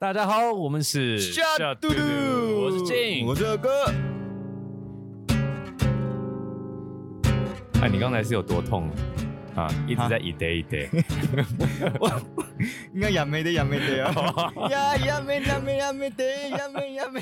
大家好，我们是下嘟嘟我是静我。是二哥。哎，你刚才是有多痛啊？啊，一直在一 day 一 day。应该也没得，也没得啊！呀也没得，也没也没得，也没也没。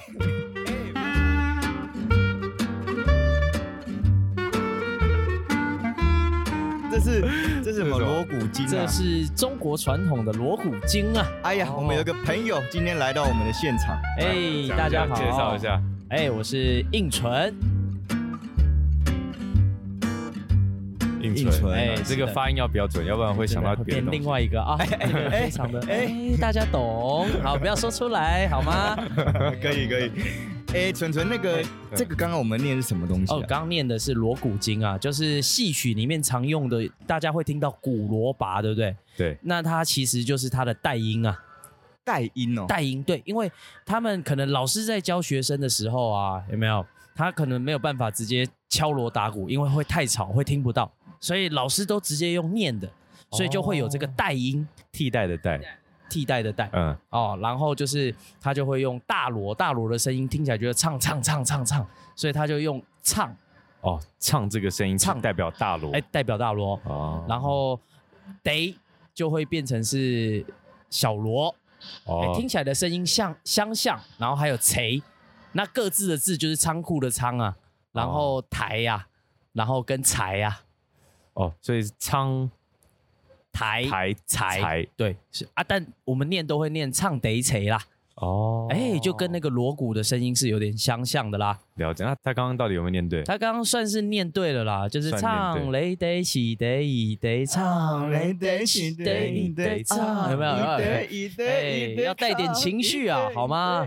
这是这是什么这是什么锣鼓经这啊？是中国传统的锣鼓经啊！哎呀，我们有个朋友今天来到我们的现场，哎，讲大家好，介绍一。下，哎，我是应纯，应应纯。纯哎哎，这个是的发音要标准，要不然会想到真的会别的变东另西。外一个啊，非常的哎，大家懂？好，不要说出来 好吗？ 可以可以。哎，纯纯，那个这个刚刚我们念的是什么东西哦，啊？刚念的是锣鼓经啊，就是戏曲里面常用的，大家会听到鼓锣拔，对不对？对，那它其实就是它的代音啊，带音哦，代音对，因为他们可能老师在教学生的时候啊，有没有？他可能没有办法直接敲锣打鼓，因为会太吵，会听不到，所以老师都直接用念的，所以就会有这个代音替代的代。替代的代嗯，哦。然后就是他就会用大锣，大锣的声音听起来觉得唱唱唱唱唱，所以他就用唱哦，唱这个声音唱代表大锣。哎代表大锣，哦然后 day 就会变成是小锣，哎、哦听起来的声音像相像，然后还有贼，那各自的字就是仓库的仓啊，然后台呀、然后跟财呀、哦，所以是仓台台财财对是啊，但我们念都会念唱得贼啦，哦，哎、就跟那个锣鼓的声音是有点相像的啦。了解。那他刚刚到底有没有念对？他刚刚算是念对了啦，就是算念对唱雷得喜得以得唱雷得喜得以得唱，有没有？有没有哎，要带点情绪啊，好吗？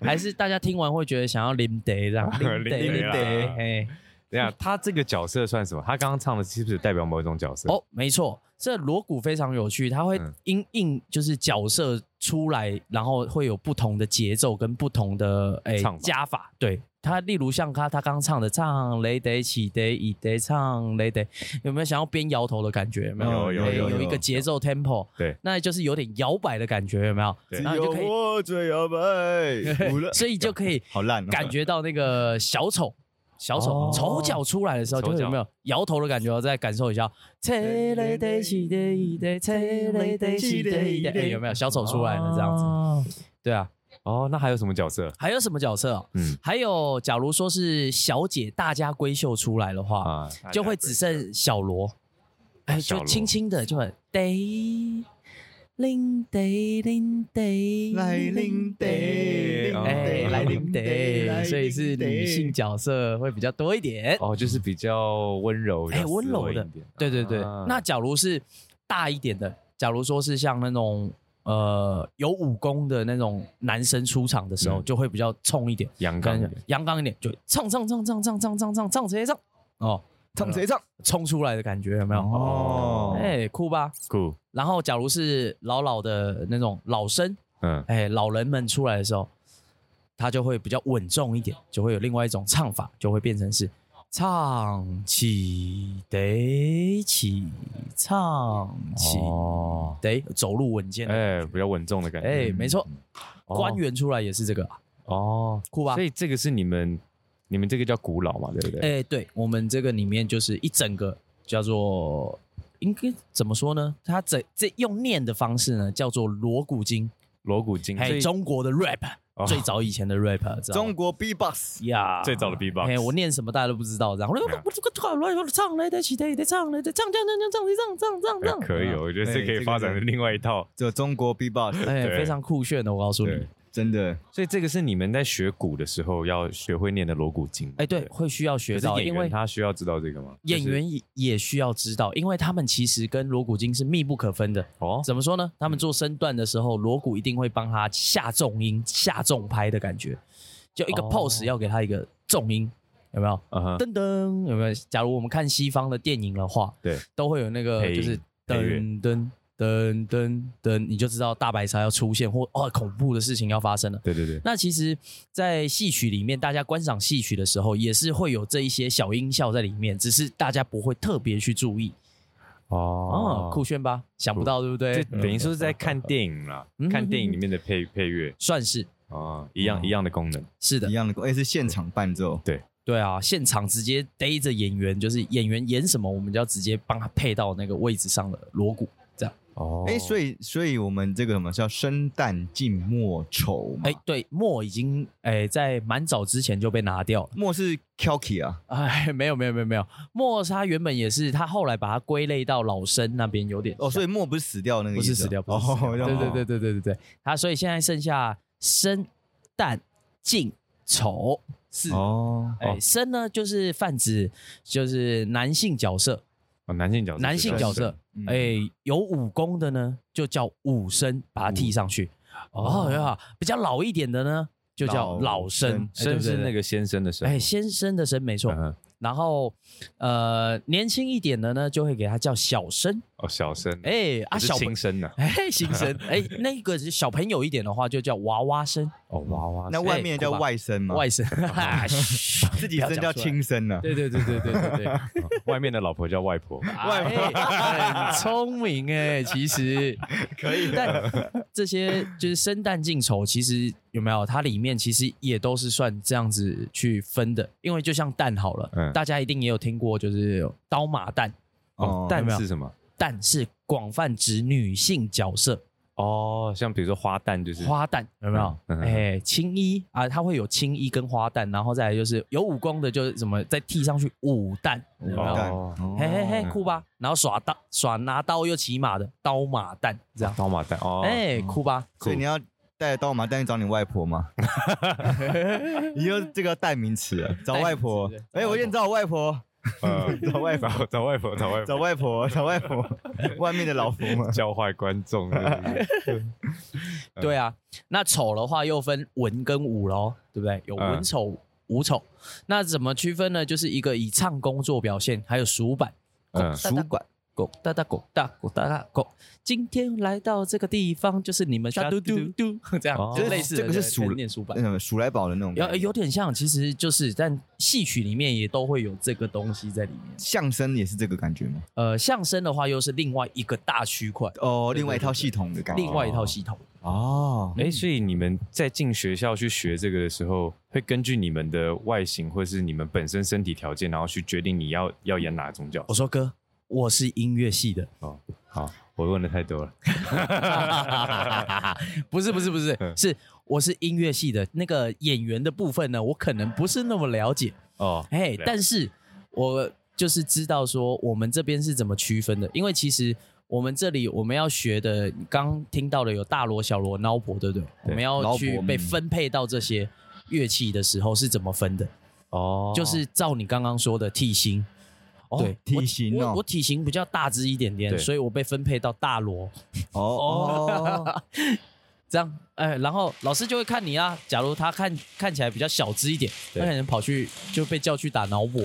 还是大家听完会觉得想要林德这样，林林林德啊德，哎，等一下，他这个角色算什么？他刚刚唱的是不是代表某一种角色？哦，没错，这锣鼓非常有趣，它会嗯因应就是角色出来，然后会有不同的节奏跟不同的哎唱法加法，对。他例如像他他刚唱的唱雷得起得以得唱雷得，有没有想要边摇头的感觉？有没有？有有哎有有一个节奏 tempo，对，那就是有点摇摆的感觉，有没有？对只然后你有就可以我最摇摆，无 论所以就可以好烂哦，感觉到那个小丑。小哦丑丑角出来的时候，就丑会角有没有摇头的感觉？再感受一下，切嘞得西得一得，切嘞得西得一得，哎有没有小丑出来了这样子？子。对啊，哦，那还有什么角色？还有什么角色哦？嗯还有，假如说是小姐大家闺秀出来的话，啊， 就会只剩小罗，哎，就小轻罗轻的就很得。零得零得来领得，哎，来领得，所以是女性角。角色会比较多一点。哦，就是比较温柔，比较哎温柔斯文一的点对对对啊，那假如是大一点的，假如说是像那种呃有武功的那种男生出场的时候，嗯就会比较冲一点，阳刚一跟点。阳刚一点，就唱唱唱唱唱唱唱唱唱直接唱哦，唱谁唱？冲出来的感觉有没有？哦哎，酷吧？酷，然后假如是老老的那种老生，嗯，哎，老人们出来的时候，他就会比较稳重一点，就会有另外一种唱法，就会变成是唱起得起，唱 起哦，得，走路稳健。哎，哎，比较稳重的感觉。没错，哦官员出来也是这个，哦，酷吧所？以这个是你们，你们这个叫古老嘛，对不对？哎，对我们这个里面就是一整个叫做。应该怎么说呢？它这这用念的方式呢，叫做锣鼓经，锣鼓经，所嘿，以哎中国的 rap，、哦最早以前的 rap，知道吗中国 B-box，呀最早的 beatbox 哎，我念什么大家都不知道，然后对啊唱来得起得得唱来得唱唱唱唱唱唱 哎唱唱唱， 可以哦，我觉得是可以发展的另外一套。这中国 B-box，哎，对非常酷炫的，我告诉你对，真的所以这个是你们在学鼓的时候要学会念的锣鼓经。哎，对不，会需要学可是到，演因员为他需要知道这个吗？演就是员也也需要知道，因为他们其实跟锣鼓经是密不可分的。哦，怎么说呢？他们做身段的时候，锣鼓一定会帮他下重音、下重拍的感觉，就一个哦 pose 要给他一个重音，有没有？嗯哼噔噔，有没有？假如我们看西方的电影的话，对，都会有那个配音就是配乐噔噔噔噔噔，你就知道大白鲨要出现或哦恐怖的事情要发生了。对对对，那其实，在戏曲里面，大家观赏戏曲的时候，也是会有这一些小音效在里面，只是大家不会特别去注意。哦，酷炫吧？想不到对不嗯这对？等于说是在看电影啦，嗯哦看电影里面的配配乐算是啊，一样一样的功能。是的一，样的歌，哎，是现场伴奏，对啊，现场直接逮着演员，就是演员演什么，我们就要直接帮他配到那个位置上的锣鼓。哦哎，所以以所以我们这个什么叫生旦净末丑嘛哎、？对，墨已经哎在蛮早之前就被拿掉了。 末是 Kalki 啊，哎，没有没有没有没有，墨他原本也是，他后来把它归类到老生那边有点哦，所以以末不是死掉那个不意思啊，是死掉，不是死掉哦，对对对对对对对，他所以现在剩下生、旦、净、丑四。哦，哎，生呢就是泛指就是男性角色，哦男性角色，男性角色，嗯哎，有武功的呢就叫武生，把它替上去。哦，很好，比较老一点的呢就叫老老生，哎对生不对是那个先生的生，哎先生的生没错。嗯然后呃年轻一点的呢，就会给他叫小生，哦小生，哎、啊不是小朋亲生呐， 哎新生，哎那个是小朋友一点的话就叫娃娃生，哦娃娃那外面叫外甥嘛，哎外甥，啊嘘嗯自己生叫。不要讲出来亲生啊呢，对对对对对对对，哎嗯外面的老婆叫外婆，外很聪明哎，其实可以。但这些就是生旦净丑，其实有没有？它里面其实也都是算这样子去分的，因为就像蛋好了，嗯大家一定也有听过，就是刀马旦，哦哦蛋有没有是什么？蛋是广泛指女性角色，哦，像比如说花旦就是花旦有没有？哎、嗯嗯青衣啊，它会有青衣跟花旦，然后再来就是有武功的，就是怎么再替上去武旦，有没哦有？旦嗯哦嘿嘿嘿，酷吧！然后耍刀耍拿刀又骑马的刀马旦这样，刀马旦哦，哎，酷吧！所以你要带刀嘛，带你找你外婆 嘛，你就这个代名词了，找外婆代名词。对哎，我先找我外婆，呃找外婆，找找外婆，找外找婆，外婆，找 外婆，外面的老婆嘛。教坏观众，对不 对嗯对啊，那丑的话又分文跟武喽，对不对？有嗯文丑、武丑，那怎么区分呢？就是一个以唱功做表现，还有鼠版。呃嗯鼠版。狗哒哒狗哒狗哒哒狗，今天来到这个地方就是你们刷刷嘟嘟嘟嘟嘟这样哦，就类似的这个是鼠对念鼠版那，种鼠来宝的那种感觉，哎有有点像，其实就是，但戏曲里面也都会有这个东西在里面。相声也是这个感觉吗？呃，相声的话又是另外一个大区块，哦，对另外一套系统的感觉。另外一套系统。嗯哦，哎，所以你们在进学校去学这个的时候，会根据你们的外形或是你们本身身体条件，然后去决定你要要演哪种角我色。说哥，我是音乐系的，哦，好，我问的太多了。 不是不是不是，是我是音乐系的。那个演员的部分呢，我可能不是那么了解，哦，哎啊了，但是我就是知道说我们这边是怎么区分的，因为其实。我们这里我们要学的，你刚听到的有大锣、小锣、孬婆，对不对？我们孬要婆去被嗯分配到这些乐器的时候是怎么分的？哦，就是照你刚刚说的体型。对，体型我哦我我体型比较大只一点点，对所以我被分配到大锣，哦 哦，这样，哎，然后老师就会看你啊。假如他看看起来比较小只一点，他对可能跑去就被叫去打挠脖，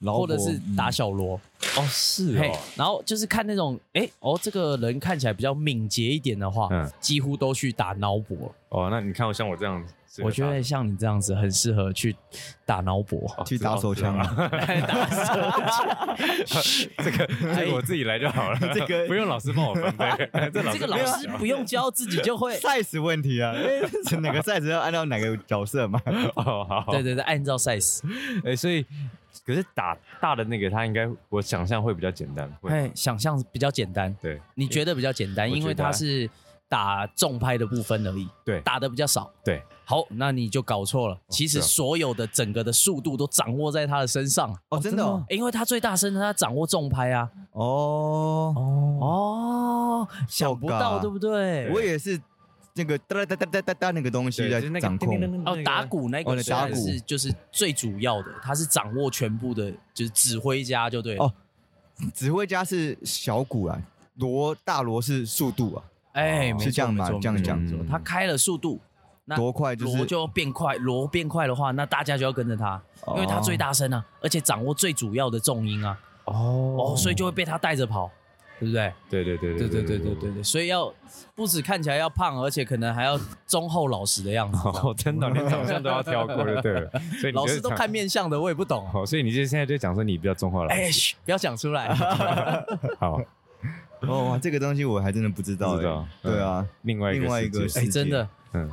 劳或勃者是打小锣。哦，是嘿哦，，然后就是看那种，哎，哦，这个人看起来比较敏捷一点的话，嗯几乎都去打挠脖。哦，那你看我像我这样子，我觉得像你这样子很适合去打挠脖。哦去知道打手知道枪啊打这 个这个我自己来就好了，这个不用老师帮我分配， 这这个老师啊不用教，自己就 会。 size 问题啊，哎哪个 size 要按照哪个角色嘛？ 哦好，对对对，按照 size。哎，所以可是打大的那个他应该我想象会比较简单，会哎，想象比较简单，对你觉得比较简单，我因觉为得啊它是打重拍的部分而已，对打的比较少。对，好，那你就搞错哦了。其实是啊所有的整个的速度都掌握在他的身上，哦，真的哦，因为他最大声，他掌握重拍啊。哦，哦哦，想不到对不对？哎我也是那个哒哒哒哒哒哒那个东西在就是那个掌叮叮控。叮哦，打鼓那哦个那虽然打鼓是就是最主要的，他是掌握全部的，就是指挥家就对了。哦指挥家是小鼓啊，锣大锣是速度啊，哎，哦没错是这样吗没错这样没错讲没错嗯他开了速度，那多快就锣是，就变快，锣变快的话，那大家就要跟着他，哦因为他最大声啊，而且掌握最主要的重音啊，哦哦，所以就会被他带着跑。对不对？对对对对对对对对对，所以要不止看起来要胖，而且可能还要忠厚老实的样子。哦，真的，连长相都要挑过就对了。所 以你老就是师都讲看面相的，我也 不懂。好，所以你就现在就讲说你比较中华老哎，师，嘘不要讲出来。哎好，哦，哇，这个东西我还真的不知道不知道哎。对啊，另外一个另外一世界个哎，是世界真的，嗯，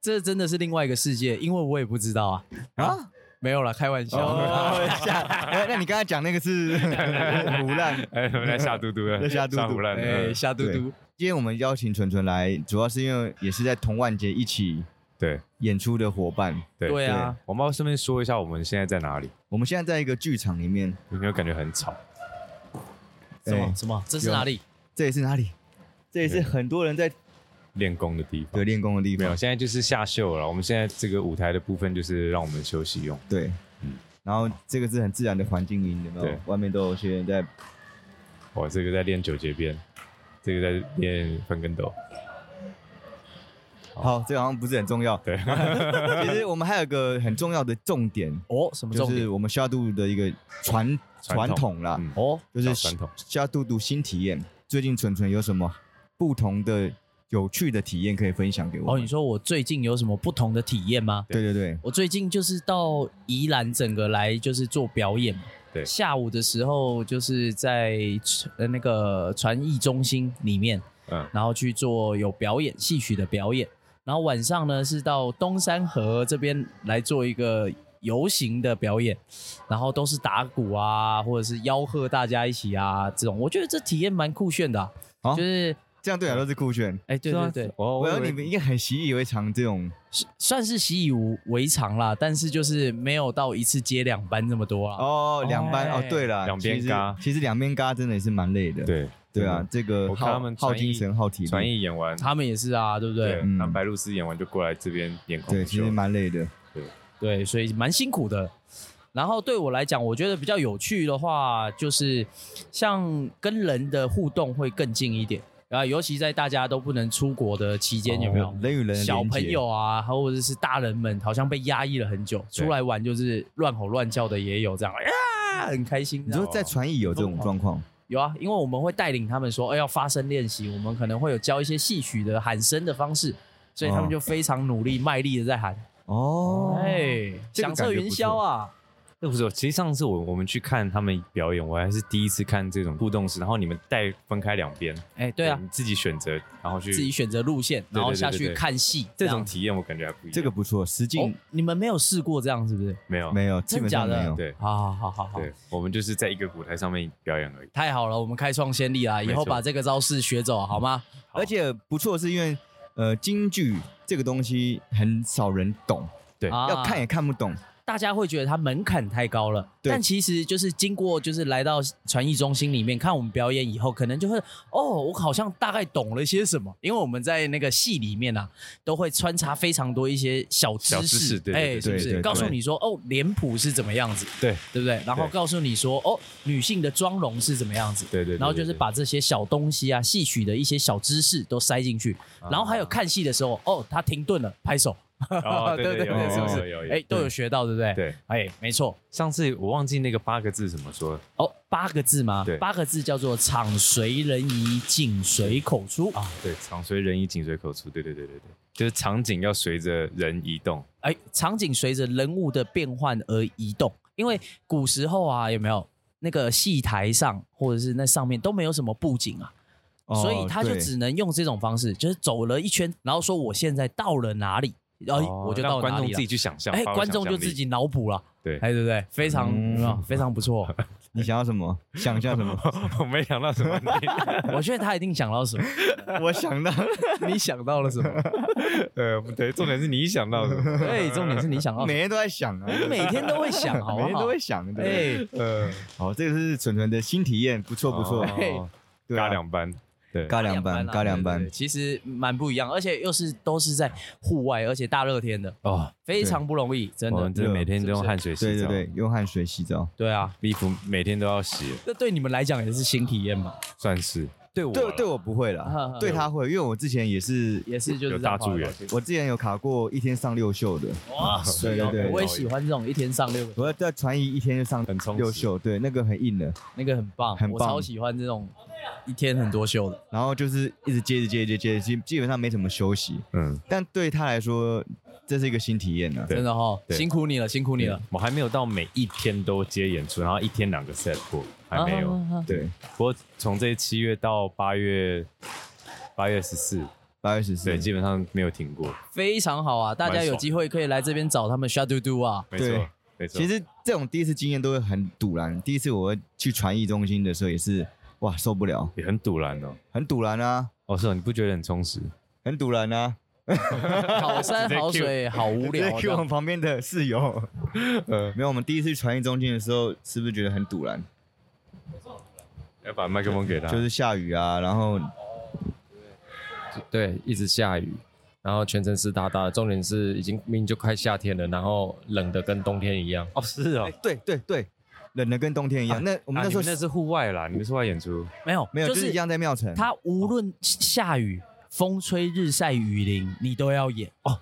这真的是另外一个世界，因为我也不知道啊。啊，没有啦，开玩笑。哦，吓哎那你刚才讲那个是胡乱。哎，我们来下嘟嘟了，来下嘟嘟胡乱了， 哎，嗯夏嘟嘟，今天我们邀请纯纯来，主要是因为也是在同万节一起对演出的伙伴。对对啊，我们要顺便说一下我们现在在哪里，我们现在在一个剧场里面，有没有感觉很吵？对什么什么？这是有哪里？这也是哪里？这也是很多人在练功的地方对练功的地没有，方。现在就是下秀了。我们现在这个舞台的部分就是让我们休息用。对，然后这个是很自然的环境音，有没有对？外面都有些人在我哦这个在练九节鞭，这个在练翻跟斗。好，这个好像不是很重要。对， 其实我们还有一个很重要的重点，哦，什么就重点是？我们夏杜的一个传传传统统啦，嗯哦，就是小传统夏杜杜新体验。最近纯纯有什么不同的、有趣的体验可以分享给我哦，们？你说我最近有什么不同的体验吗？对对对，我最近就是到宜兰整个来就是做表演嘛，对下午的时候就是在呃那个传艺中心里面，嗯，然后去做有表演戏曲的表演，然后晚上呢是到东山河这边来做一个游行的表演，然后都是打鼓啊，或者是吆喝大家一起啊这种，我觉得这体验蛮酷炫的啊、啊就是这样对我来说是酷炫。哎是对对吗对，，哦我我我有以为你们应该很习以为常这种，是算是习以为常啦，但是就是没有到一次接两班这么多啊。哦，两班哦，对了，两边其实嘎其实两边嘎真的也是蛮累的。对对啊，，这个我看耗他们耗传精艺神、耗体传力，艺演完，他们也是啊，对不对？对，嗯那白露丝演完就过来这边对，演孔其实秀。蛮累的。对，所以蛮辛苦的。然后对我来讲，我觉得比较有趣的话，就是像跟人的互动会更近一点啊，尤其在大家都不能出国的期间，有没有？哦人与人的小连朋结友啊，或者是大人们，好像被压抑了很久，对出来玩就是乱吼乱叫的也有，这样啊，很开心你这样。说在传艺有这种状况，有啊，因为我们会带领他们说，哎，要发声练习，我们可能会有教一些戏曲的喊声的方式，所以他们哦就非常努力卖力的在喊，哦，哎，这个响彻感觉云不霄错啊！那不是，哦其实上次我我们去看他们表演，我还是第一次看这种互动式，然后你们带分开两边，哎，对啊，你自己选择，然后去自己选择路线，对然后对下对去对看戏，这样种体验，我感觉还不一样。这个不错，实哦境，你们没有试过这样是不是？没有，没有，基真本上假的没有。哦对好好好好，对，我们就是在一个舞台上面表演而已。太好了，我们开创先例啦，以没后错把这个招式学走好吗？好而且不错是因为，呃，京剧这个东西很少人懂，对啊要看也看不懂。大家会觉得它门槛太高了，对但其实就是经过就是来到传艺中心里面看我们表演以后，可能就会哦，我好像大概懂了些什么，因为我们在那个戏里面啊，都会穿插非常多一些小知小知识对对哎，对是不对对是？对告诉你说哦，脸谱是怎么样子，对对不对？然后对告诉你说哦，女性的妆容是怎么样子，对对对然后就是对对把这些小东西啊、戏曲的一些小知识都塞进去，然后还有看戏的时候，哦，他停顿了，拍手，哦对对对 对，有是不有是有？有哎，都有学到，对不对？嗯对，哎，没错，上次我忘记那个八个字怎么说，哦，八个字吗？对八个字叫做“场随人移，境随口出”啊。对，场随人移，景随口出，对对对对对，就是场景要随着人移动，哎，场景随着人物的变换而移动，因为古时候啊，有没有那个戏台上或者是那上面都没有什么布景啊，哦所以他就对只能用这种方式，就是走了一圈，然后说我现在到了哪里，然后哦哎我就让到观哪众里自己了。去想象，哎，发挥观众想就象力自己脑补了，对，哎，对不对？非常嗯有没有非常不错， 你想要什么？想象什么？ 我没想到什 么你，我觉得他一定想到什么，我想到， 你想到了什么？呃，不对，重点是你想到的， 对，重点是你想到什么每天都在想啊，哦每天都会想，好不每天都好会？想的。对，哎，呃，好，哦这个是纯纯的新体验，不错不错。哦对嘎啊，两班，对，嘎两班，啊嘎两对班对对，其实蛮不一样，而且又是都是在户外，而且大热天的，哦，非常不容易，真我的们。这每天都用哦是不是汗水洗对对澡，对，用汗水洗澡。对啊，衣服每天都要洗，这对你们来讲也是新体验嘛？算是对我对啦对我不会 呵呵啦，对他会，因为我之前也是，也是就是有这大样助缘跑来跑去我之前有卡过一天上六秀的，哇，哦对对对我也喜欢这种一天上六个，我在传一一天就上很充实六秀，对，那个很硬的，那个很棒，很我棒超喜欢这种一天很多秀的。然后就是一直接着接着接着，基基本上没怎么休息，嗯，但对他来说这是一个新体验啊呢。对真的哈，对辛苦你了，辛苦你了。我还没有到每一天都接演出，然后一天两个 set 过，还没哦有。啊对，不过从这七月到八月，八月十四，八月十四对，，基本上没有停过。 非常好啊！大家有机会可以来这边找他们 Shadow Do 啊。没错对，没错。其实这种第一次经验都会很堵然。第一次我去传艺中心的时候也是，哇，受不了，也很堵然哦。很堵然啊，哦，是哦，你不觉得很充实？很堵然啊。 好山好直接水好无聊对，Q 我啊们，旁边的室友。 呃没有，我们第一次传艺中心的时候，是不是觉得很堵然？要把麦克风给他，就是下雨啊，然后对，一直下雨，然后全身湿哒哒的。重点是已经明明就快夏天了，然后冷的跟冬天一样。哦，是哦。对对对，冷的跟冬天一样。那我们啊那你时候们那是户外啦，你们是户外演出，没有没有，就就是是一样在庙城。他无论下雨、风吹日晒、雨淋，你都要演哦。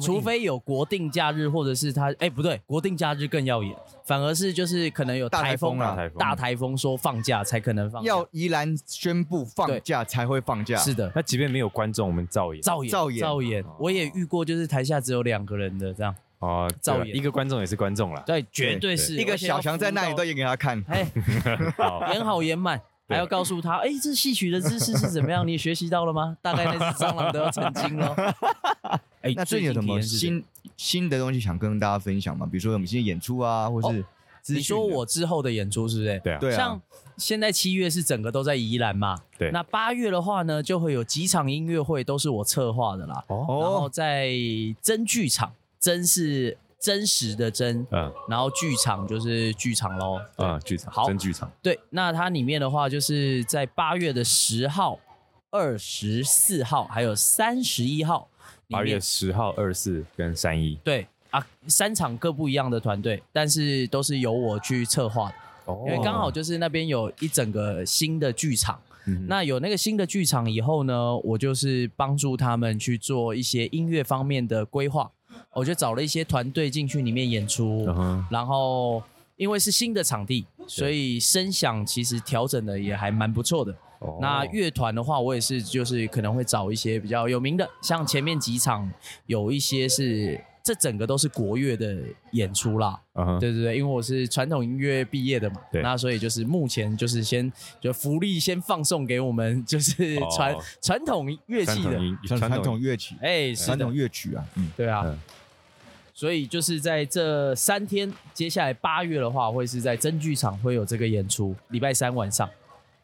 除非有国定假日，或者是他哎不对，国定假日更要演，反而是就是可能有大台台风风大啊台风，大台风说放假才可能放假。要宜兰宣布放假才会放假。是的，那即便没有观众，我们照演造演哦造演造演，我也遇过，就是台下只有两个人的这样，哦，对照了演一个观众也是观众啦。对，绝对对是一个小强在那里都有。演给他看。哎，好 演好演满，还对要告诉他，哎、这戏曲的知识是怎么样？你学习到了吗？ 大概那只蟑螂都要成精了。哎、那最近有什么体验是这样？新新的东西想跟大家分享吗？比如说我们现在演出啊，或是资讯的你说我之后的演出是不是？对啊，对啊像，现在七月是整个都在宜兰嘛，对那八月的话呢，就会有几场音乐会都是我策划的啦。哦，然后哦，在真剧场，真是真实的真，嗯然后剧场就是剧场喽。嗯，剧场，好真剧场，对，那它里面的话，就是在八月的十号、二十四号，还有三十一号里八月面，十号、二四跟三一，对啊，三场各不一样的团队，但是都是由我去策划的，哦因为刚好就是那边有一整个新的剧场。嗯那有那个新的剧场以后呢，我就是帮助他们去做一些音乐方面的规划，我就找了一些团队进去里面演出，嗯哼然后因为是新的场地，所以声响其实调整的也还蛮不错的。哦那乐团的话，我也是就是可能会找一些比较有名的，像前面几场有一些是这整个都是国乐的演出啦。嗯哼对对对，因为我是传统音乐毕业的嘛，对那所以就是目前就是先就福利先放送给我们就是哦传、传统乐传器统的，音像传统乐曲，哎，是传的统，乐曲啊，嗯，对啊。嗯所以就是在这三天，接下来八月的话，会是在真剧场会有这个演出，礼拜三晚上。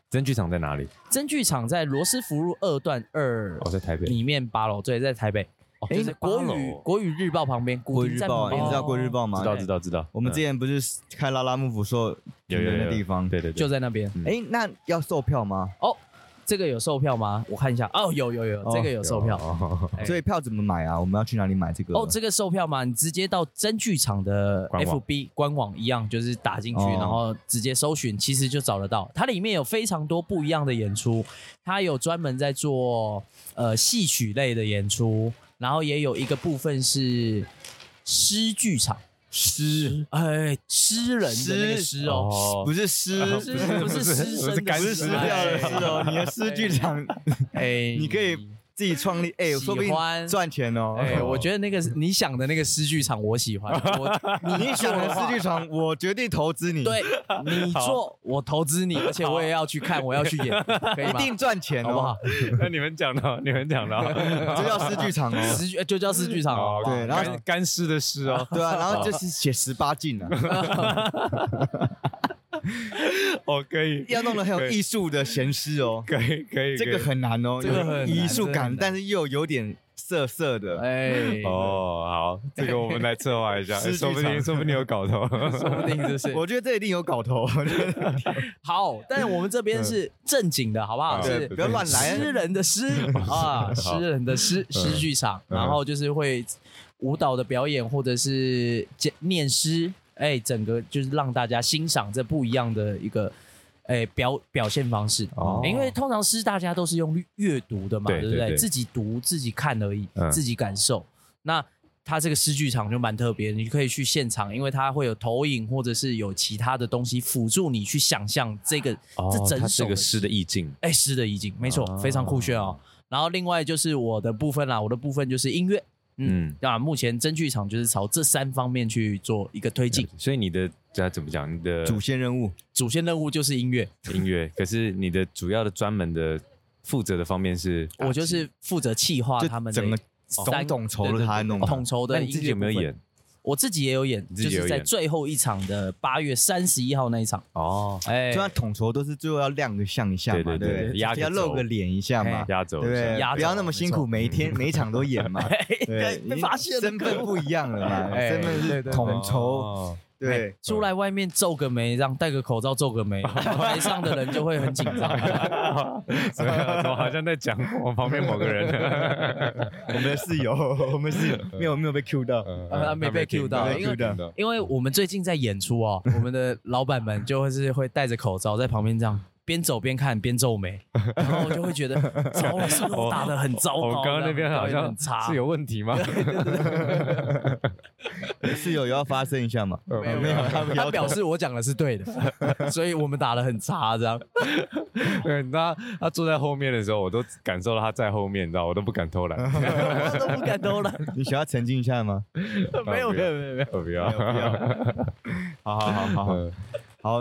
真剧场在哪里？真剧场在罗斯福路二段二哦，在台北。里面八楼，对，在台北。哦，哎就是国八语楼国语日报旁边，古国亭语日站报旁啊，边你知道国语日报吗？知道知。道知道，我们之嗯前不是看拉拉幕府说有有有人的地方，对对对，就在那边。嗯哎，那要售票吗？这个有售票吗？我看一下。哦，有有有，哦这个有售票。哦哎所以票怎么买啊？我们要去哪里买这个？哦，这个售票嘛，你直接到真剧场的官网 FB 官网一样，就是打进去，哦然后直接搜寻，其实就找得到。它里面有非常多不一样的演出，它有专门在做呃戏曲类的演出，然后也有一个部分是诗剧场。诗，哎，诗人的那个诗哦，不是诗，不是不是师我生是的赶不是诗诗票的哎诗哦，你的诗剧场 哎，你可以自己创立，哎，喜欢说不定赚钱哦。哎，我觉得那个是你想的那个诗剧场，我喜欢。 我 你想的诗剧场，我决定投资 你，，对你做，我投资你，而且我也要去看，我要去演，可以一吗？定赚钱，哦好不好？？ 那你们讲的，你们讲的，这叫诗剧 场哦。诗剧就叫诗剧场哦。对然后干干尸的尸哦，对啊，然后就是写十八 禁啊，哦，可以，要弄得很有艺术的闲诗哦。可以，可以，这个可以很难哦，这个很有难艺术这个很感，难但是又有点涩涩的。哎，哦，好，这个我们来策划一下，诗剧说不定场说不定有搞头。 说不定就是我觉得这一定有搞头，我觉得好，但是我们这边是正经的，好不好？嗯啊是对，不要乱来。诗人的诗啊，诗人的诗诗剧场，嗯然后就是会舞蹈的表演或者是讲念诗，哎，整个就是让大家欣赏这不一样的一个诶、表表现方式。哦因为通常诗大家都是用阅读的嘛，对不对对？对自己读自己看而已，嗯自己感受。那它这个诗剧场就蛮特别，你可以去现场，因为它会有投影或者是有其他的东西辅助你去想象这个、哦这，它整是首个诗的意境，哎，是的，已经没错，非常酷炫哦。然后另外就是我的部分啦，我的部分就是音乐，嗯嗯，那、目前真剧场就是朝这三方面去做一个推进。嗯所以你的这怎么讲？你的主线任务主线任务就是音乐，音乐，可是你的主要的专门的负责的方面是打击，我就是负责企划就啊他们的整个三总统筹对对的他弄对统筹那的。你自己有没有？演？我自己也有演，自就己有是演在最后一场的八月三十一号那一场。哦，哎就，算统筹都是最后要亮个相一下嘛，对对不对对，压个要露轴个脸一下嘛，压轴对不压对？不轴要那么辛哎没苦，错每一天每一场都演 哎嘛，对，被发现了身份不一样了嘛， 哎身份对是对统筹，哦，对，出来外面皱个眉，让戴个口罩皱 个眉，台上的人就会很紧张。 怎么怎么好像在讲我旁边某个人？哎我们的室友， 我们室友没有没有被 Q 到，他嗯啊没被 cue 到没因被为 Q 到，因为我们最近在演出 哦，我们的老板们就会是会戴着口罩在旁边这样边走边看边皱眉，然后我就会 觉得，糟了，是不是我打的很糟糕？我刚刚那边好表演像很差， 是有问题吗？室友有要发声一下嘛？没有没有，他他表 示我讲的是对的，所以我们打的很差，这样。对，那他坐在后面的时候，我都感受到他在后面，你知道，我都不敢偷懒。我 都不敢偷懒， 你想要沉浸一下吗？没有没有没有没有，我不没有不 要。要好好好好好，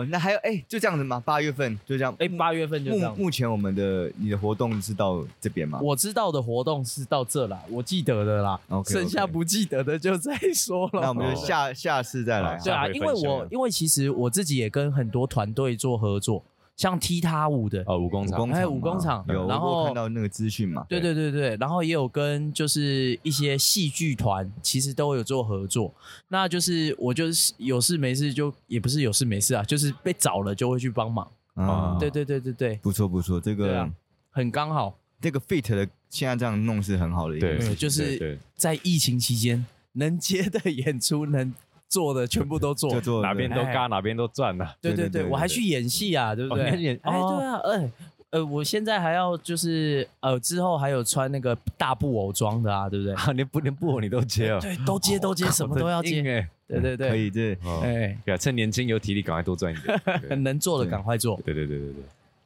好，那还有哎，就这样子嘛，八月份就这样。哎，八月份就这目样。目前我们的你的活动是到这边吗？我知道的活动是到这啦，我记得的啦 OK，OK 剩下不记得的就再说了。那我们就下下次再来。对哦下啊，回因为分享我因为其实我自己也跟很多团队做合作，像踢踏舞的， 哦，武功武场工哎厂嘛，武工厂有，然后我看到那个资讯嘛，对对对对，然后也有跟就是一些戏剧团，其实都有做合作。那就是我就是有事没事就也不是有事没事啊，就是被找了就会去帮忙。啊啊，哦对对对对对，不错不错，这对个啊很刚好，这个 fit 的现在这样弄是很好的一对个事情，就是对对在疫情期间能接的演出能做的全部都做就。做哪边都嘎，哪边都啊赚呐。对对对对对，对我还去演戏啊，对不哦你还对？去演哎，哦对啊，嗯。呃，我现在还要就是呃，之后还有穿那个大布偶装的啊，对不对？ 啊，连不连布偶你都接哦，对，都接都接，什么都 要接。哎。对对可对，以这哦哎，对啊，趁年轻有体力，赶快多赚一点。 哦对能做的赶快做。对对对对对，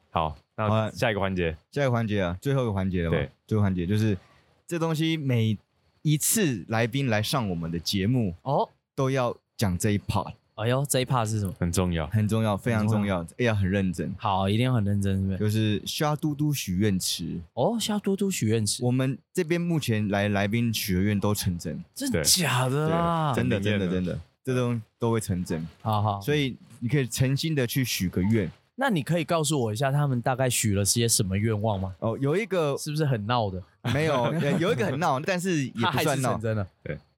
好，好那啊下一个环节，下一个环节啊，最后一个环节了嘛对，最后环节啊就是这东西每一次来宾来上我们的节目哦，都要讲这一 part，哎呦，这一 part 是什么？很 重要。很重要，非常重要，哎呀，很认真。好，一定要很认真，是不是？就是虾嘟嘟许愿池，哦，是要多多许愿池，我们这边目前来来宾许的愿都成真，真对假的对啦？真的很灵真验的的真的，这东西都会成真。好好，所以你可以诚心的去许个愿那你可以告诉我一下，他们大概许了些什么愿望吗？哦。有一个是不是很闹的？没有，呃有一个很闹，但是也他不还算是闹成。真的，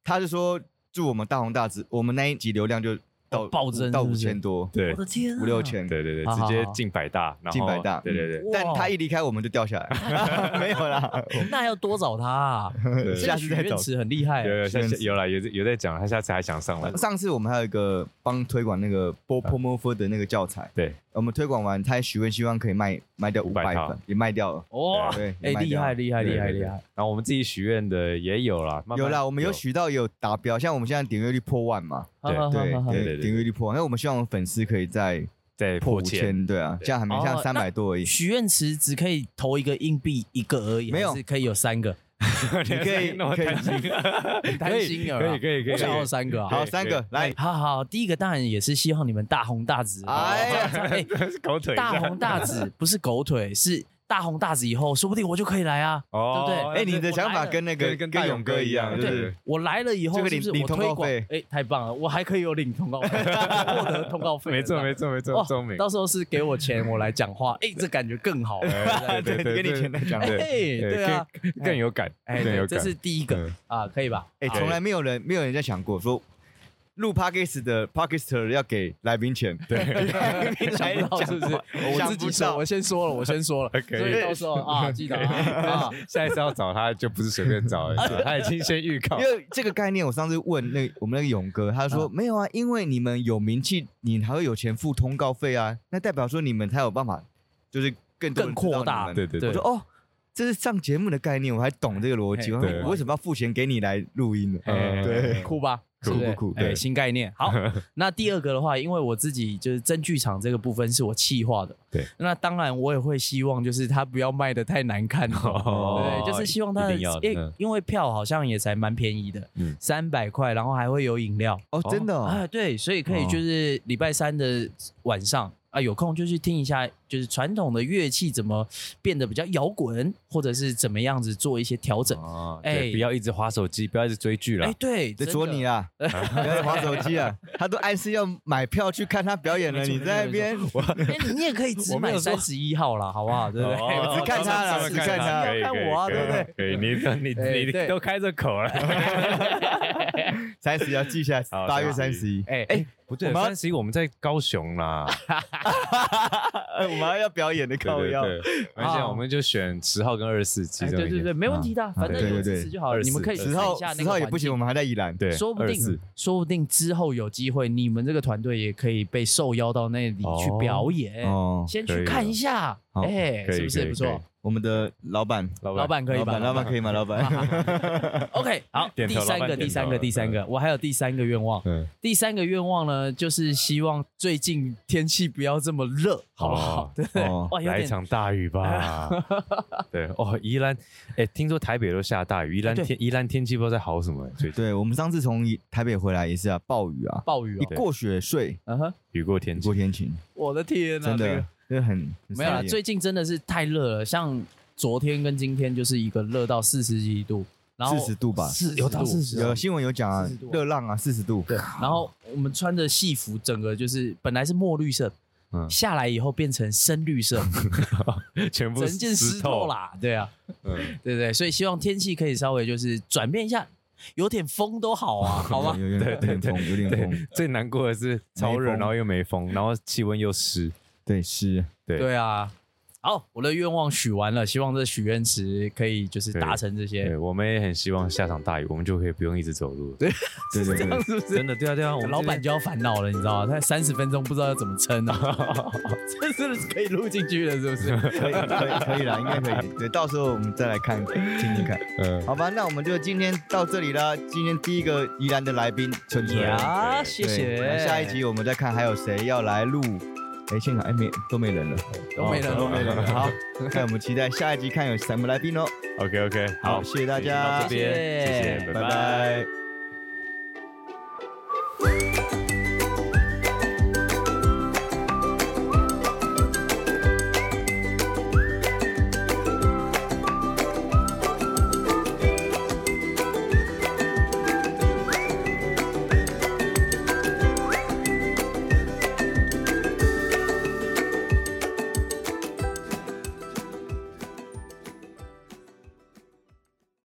他是说祝我们大红大紫，我们那一集流量就到暴增到是五不是千多，对我的天啊，五六千。 对对对，好直好接好进百大，然后进百大对对哇但他一离开我们就掉下来，没有啦， 那要多找他啊！对，这下个次许再愿找池很厉害啊有有下许愿次池有啦，有有在讲，他下次还想上来。上次我们还有一个帮推广那个 b o p o m o f 的那个教材，对，我们推广完，他还许愿希望可以卖卖掉五500百套本，也卖掉了。哦。对，哎，也卖厉掉害了厉害对厉害对对厉害！然后我们自己许愿的也有啦，慢慢有啦，我们有许到也有达标，像我们现在点阅率破万嘛，好对好好对好好对点阅率破万，那我们希望我们粉丝可以在在破破 千，，对啊，对这样还没像哦三百多而已，许愿池只可以投一个硬币一个而已，没有还是可以有三个，你可以 那么可以贪 心，担心啊可以可以可以，哦我想要三个啊。好，三个来，好好，第一个当然也是希望你们大红大紫。哎呀 哎，狗腿一下大红大紫不是狗腿，是大红大紫以后，说不定我就可以来啊。哦对不哎，你的我想来法了跟那个跟跟大勇勇哥哥一一样，样就对是我来了以后，这个是不是领领我推通告广？费哎，太棒了，我还可以有领通告费，获得通告费。没错没错。错没错，哦聪，明，到时候是给我钱，我来讲话， 哎，这感觉更好。哎对对对给你钱来讲对哎对啊，更更有感，哎，更有对，这感，是第一个嗯啊，可以吧？哎，好从来没有人没有人在想过说录 podcast 的 podcaster 要给来宾钱，对， 来宾想不到是不是？我自己说，我先说了，我先说了，可以所以到时候啊，记得啊，啊 下一次要找他就不是随便找 了，是他已经先预告因。为这个概念，我上次问那个我们那个勇哥，他嗯说、没有啊，因为你们有名气，你还会有钱付通告费啊，那代表说你们才有办法，就是更多人更扩知道你大们对对对我说哦，这是上节目的概念，我还懂这个逻辑，嘿我对说我为什么要付钱给你来录音呢？哎 对，酷吧？酷是不是酷酷哎对新概 念。好，那第二个的话，因为我自己就是真剧场这个部分是我企划的，对，那当然我也会希望就是他不要卖的太难 看哦哦，对，就是希望他的一定要的因嗯因为票好像也才蛮便宜的嗯，三百块，然后还会有饮料哦，真的哦，啊，对，所以可以就是礼拜三的晚上。啊，有空就去听一下，就是传统的乐器怎么变得比较摇滚，或者是怎么样子做一些调整。哦，啊哎对，不要一直划手机，不要一直追剧哎、了。对，在真捉的你 啊！不要再玩手机啊！他都暗示要买票去看他表演了，没错你在那边哎，你也可以只我没买有说三十一号啦，好不好？对不对？哎哦 只看他啦哦只看他可以看可以我啊可以对不对可以， 你哎你你对都开着口 了。三十要记下，好八月三三十十一。哎哎，不对，我们要三十一我们在高雄啦。 哎我们还要表演的对靠对腰，对，而且我们就选十号跟二十四集哎这对样一对个。对，没问题的，反正对有对对支持就好了。 24你们可以十看号一下那十个号也环不行，境我们还在宜兰。对，说不定24，说不定之后有机会，你们这个团队也可以被受邀到那里去表演，哦，先可去以看哦一下，好哎，可以是不可是以不可以错？我们的老板，老老板可以老吧？板，老板可 以吗？老板， OK，好，点第头三老个，板第点三头个，了第三个，我还有第三个愿望。嗯，第三个愿望呢，就是希望最近天气不要这么热，好不好 哦？对，哦哇，有来一点场大雨吧。对哦，宜兰，哎，听说台北都下大雨，宜兰对天宜兰天气不知道在好什么，哎最近对我们上次从台北回来也是啊，暴雨啊，暴雨一哦。过雪睡，嗯哼，雨过天雨晴 过。天晴，我的天呐，真这个的，这很没有啦，最近真的是太热了，像昨天跟今天就是一个热到四十几度，然后四十度吧，是有到四十有新闻有讲啊40度，啊热浪啊，四十度，对，然后我们穿着戏服，整个就是本来是墨绿色，嗯下来以后变成深 绿色，全部整件湿透。啦，对啊，嗯，对对，所以希望天气可以稍微就是转变一下，有点风都 好啊，好吗？有有点有点风，有点风，最难过的是超没热，风然后又没风，然后气温又湿。对，是。对对啊，好，我的愿望许完了，希望这许愿池可以就是达成这些对，，我们也很希望下场大雨，我们就可以不用一直走路。对，对对 这对样，是不是？真的，对啊，对啊，我们老板就要烦恼了，你知道吗？他三十分钟不知道要怎么撑啊，这是不是可以录进去了？是不是？可以可以可以啦，应该可以。对，到时候我们再来看听听看。嗯，好吧，那我们就今天到这里啦。今天第一个宜兰的来宾春春，呀，对谢 对谢。那下一集我们再看还有谁要来录。哎，现场哎没都没人了，都没人了都没人了。好，那我们期待下一集看有什么来宾哦。 OK OK，好，谢谢大家到这边，谢谢谢谢，拜拜拜。拜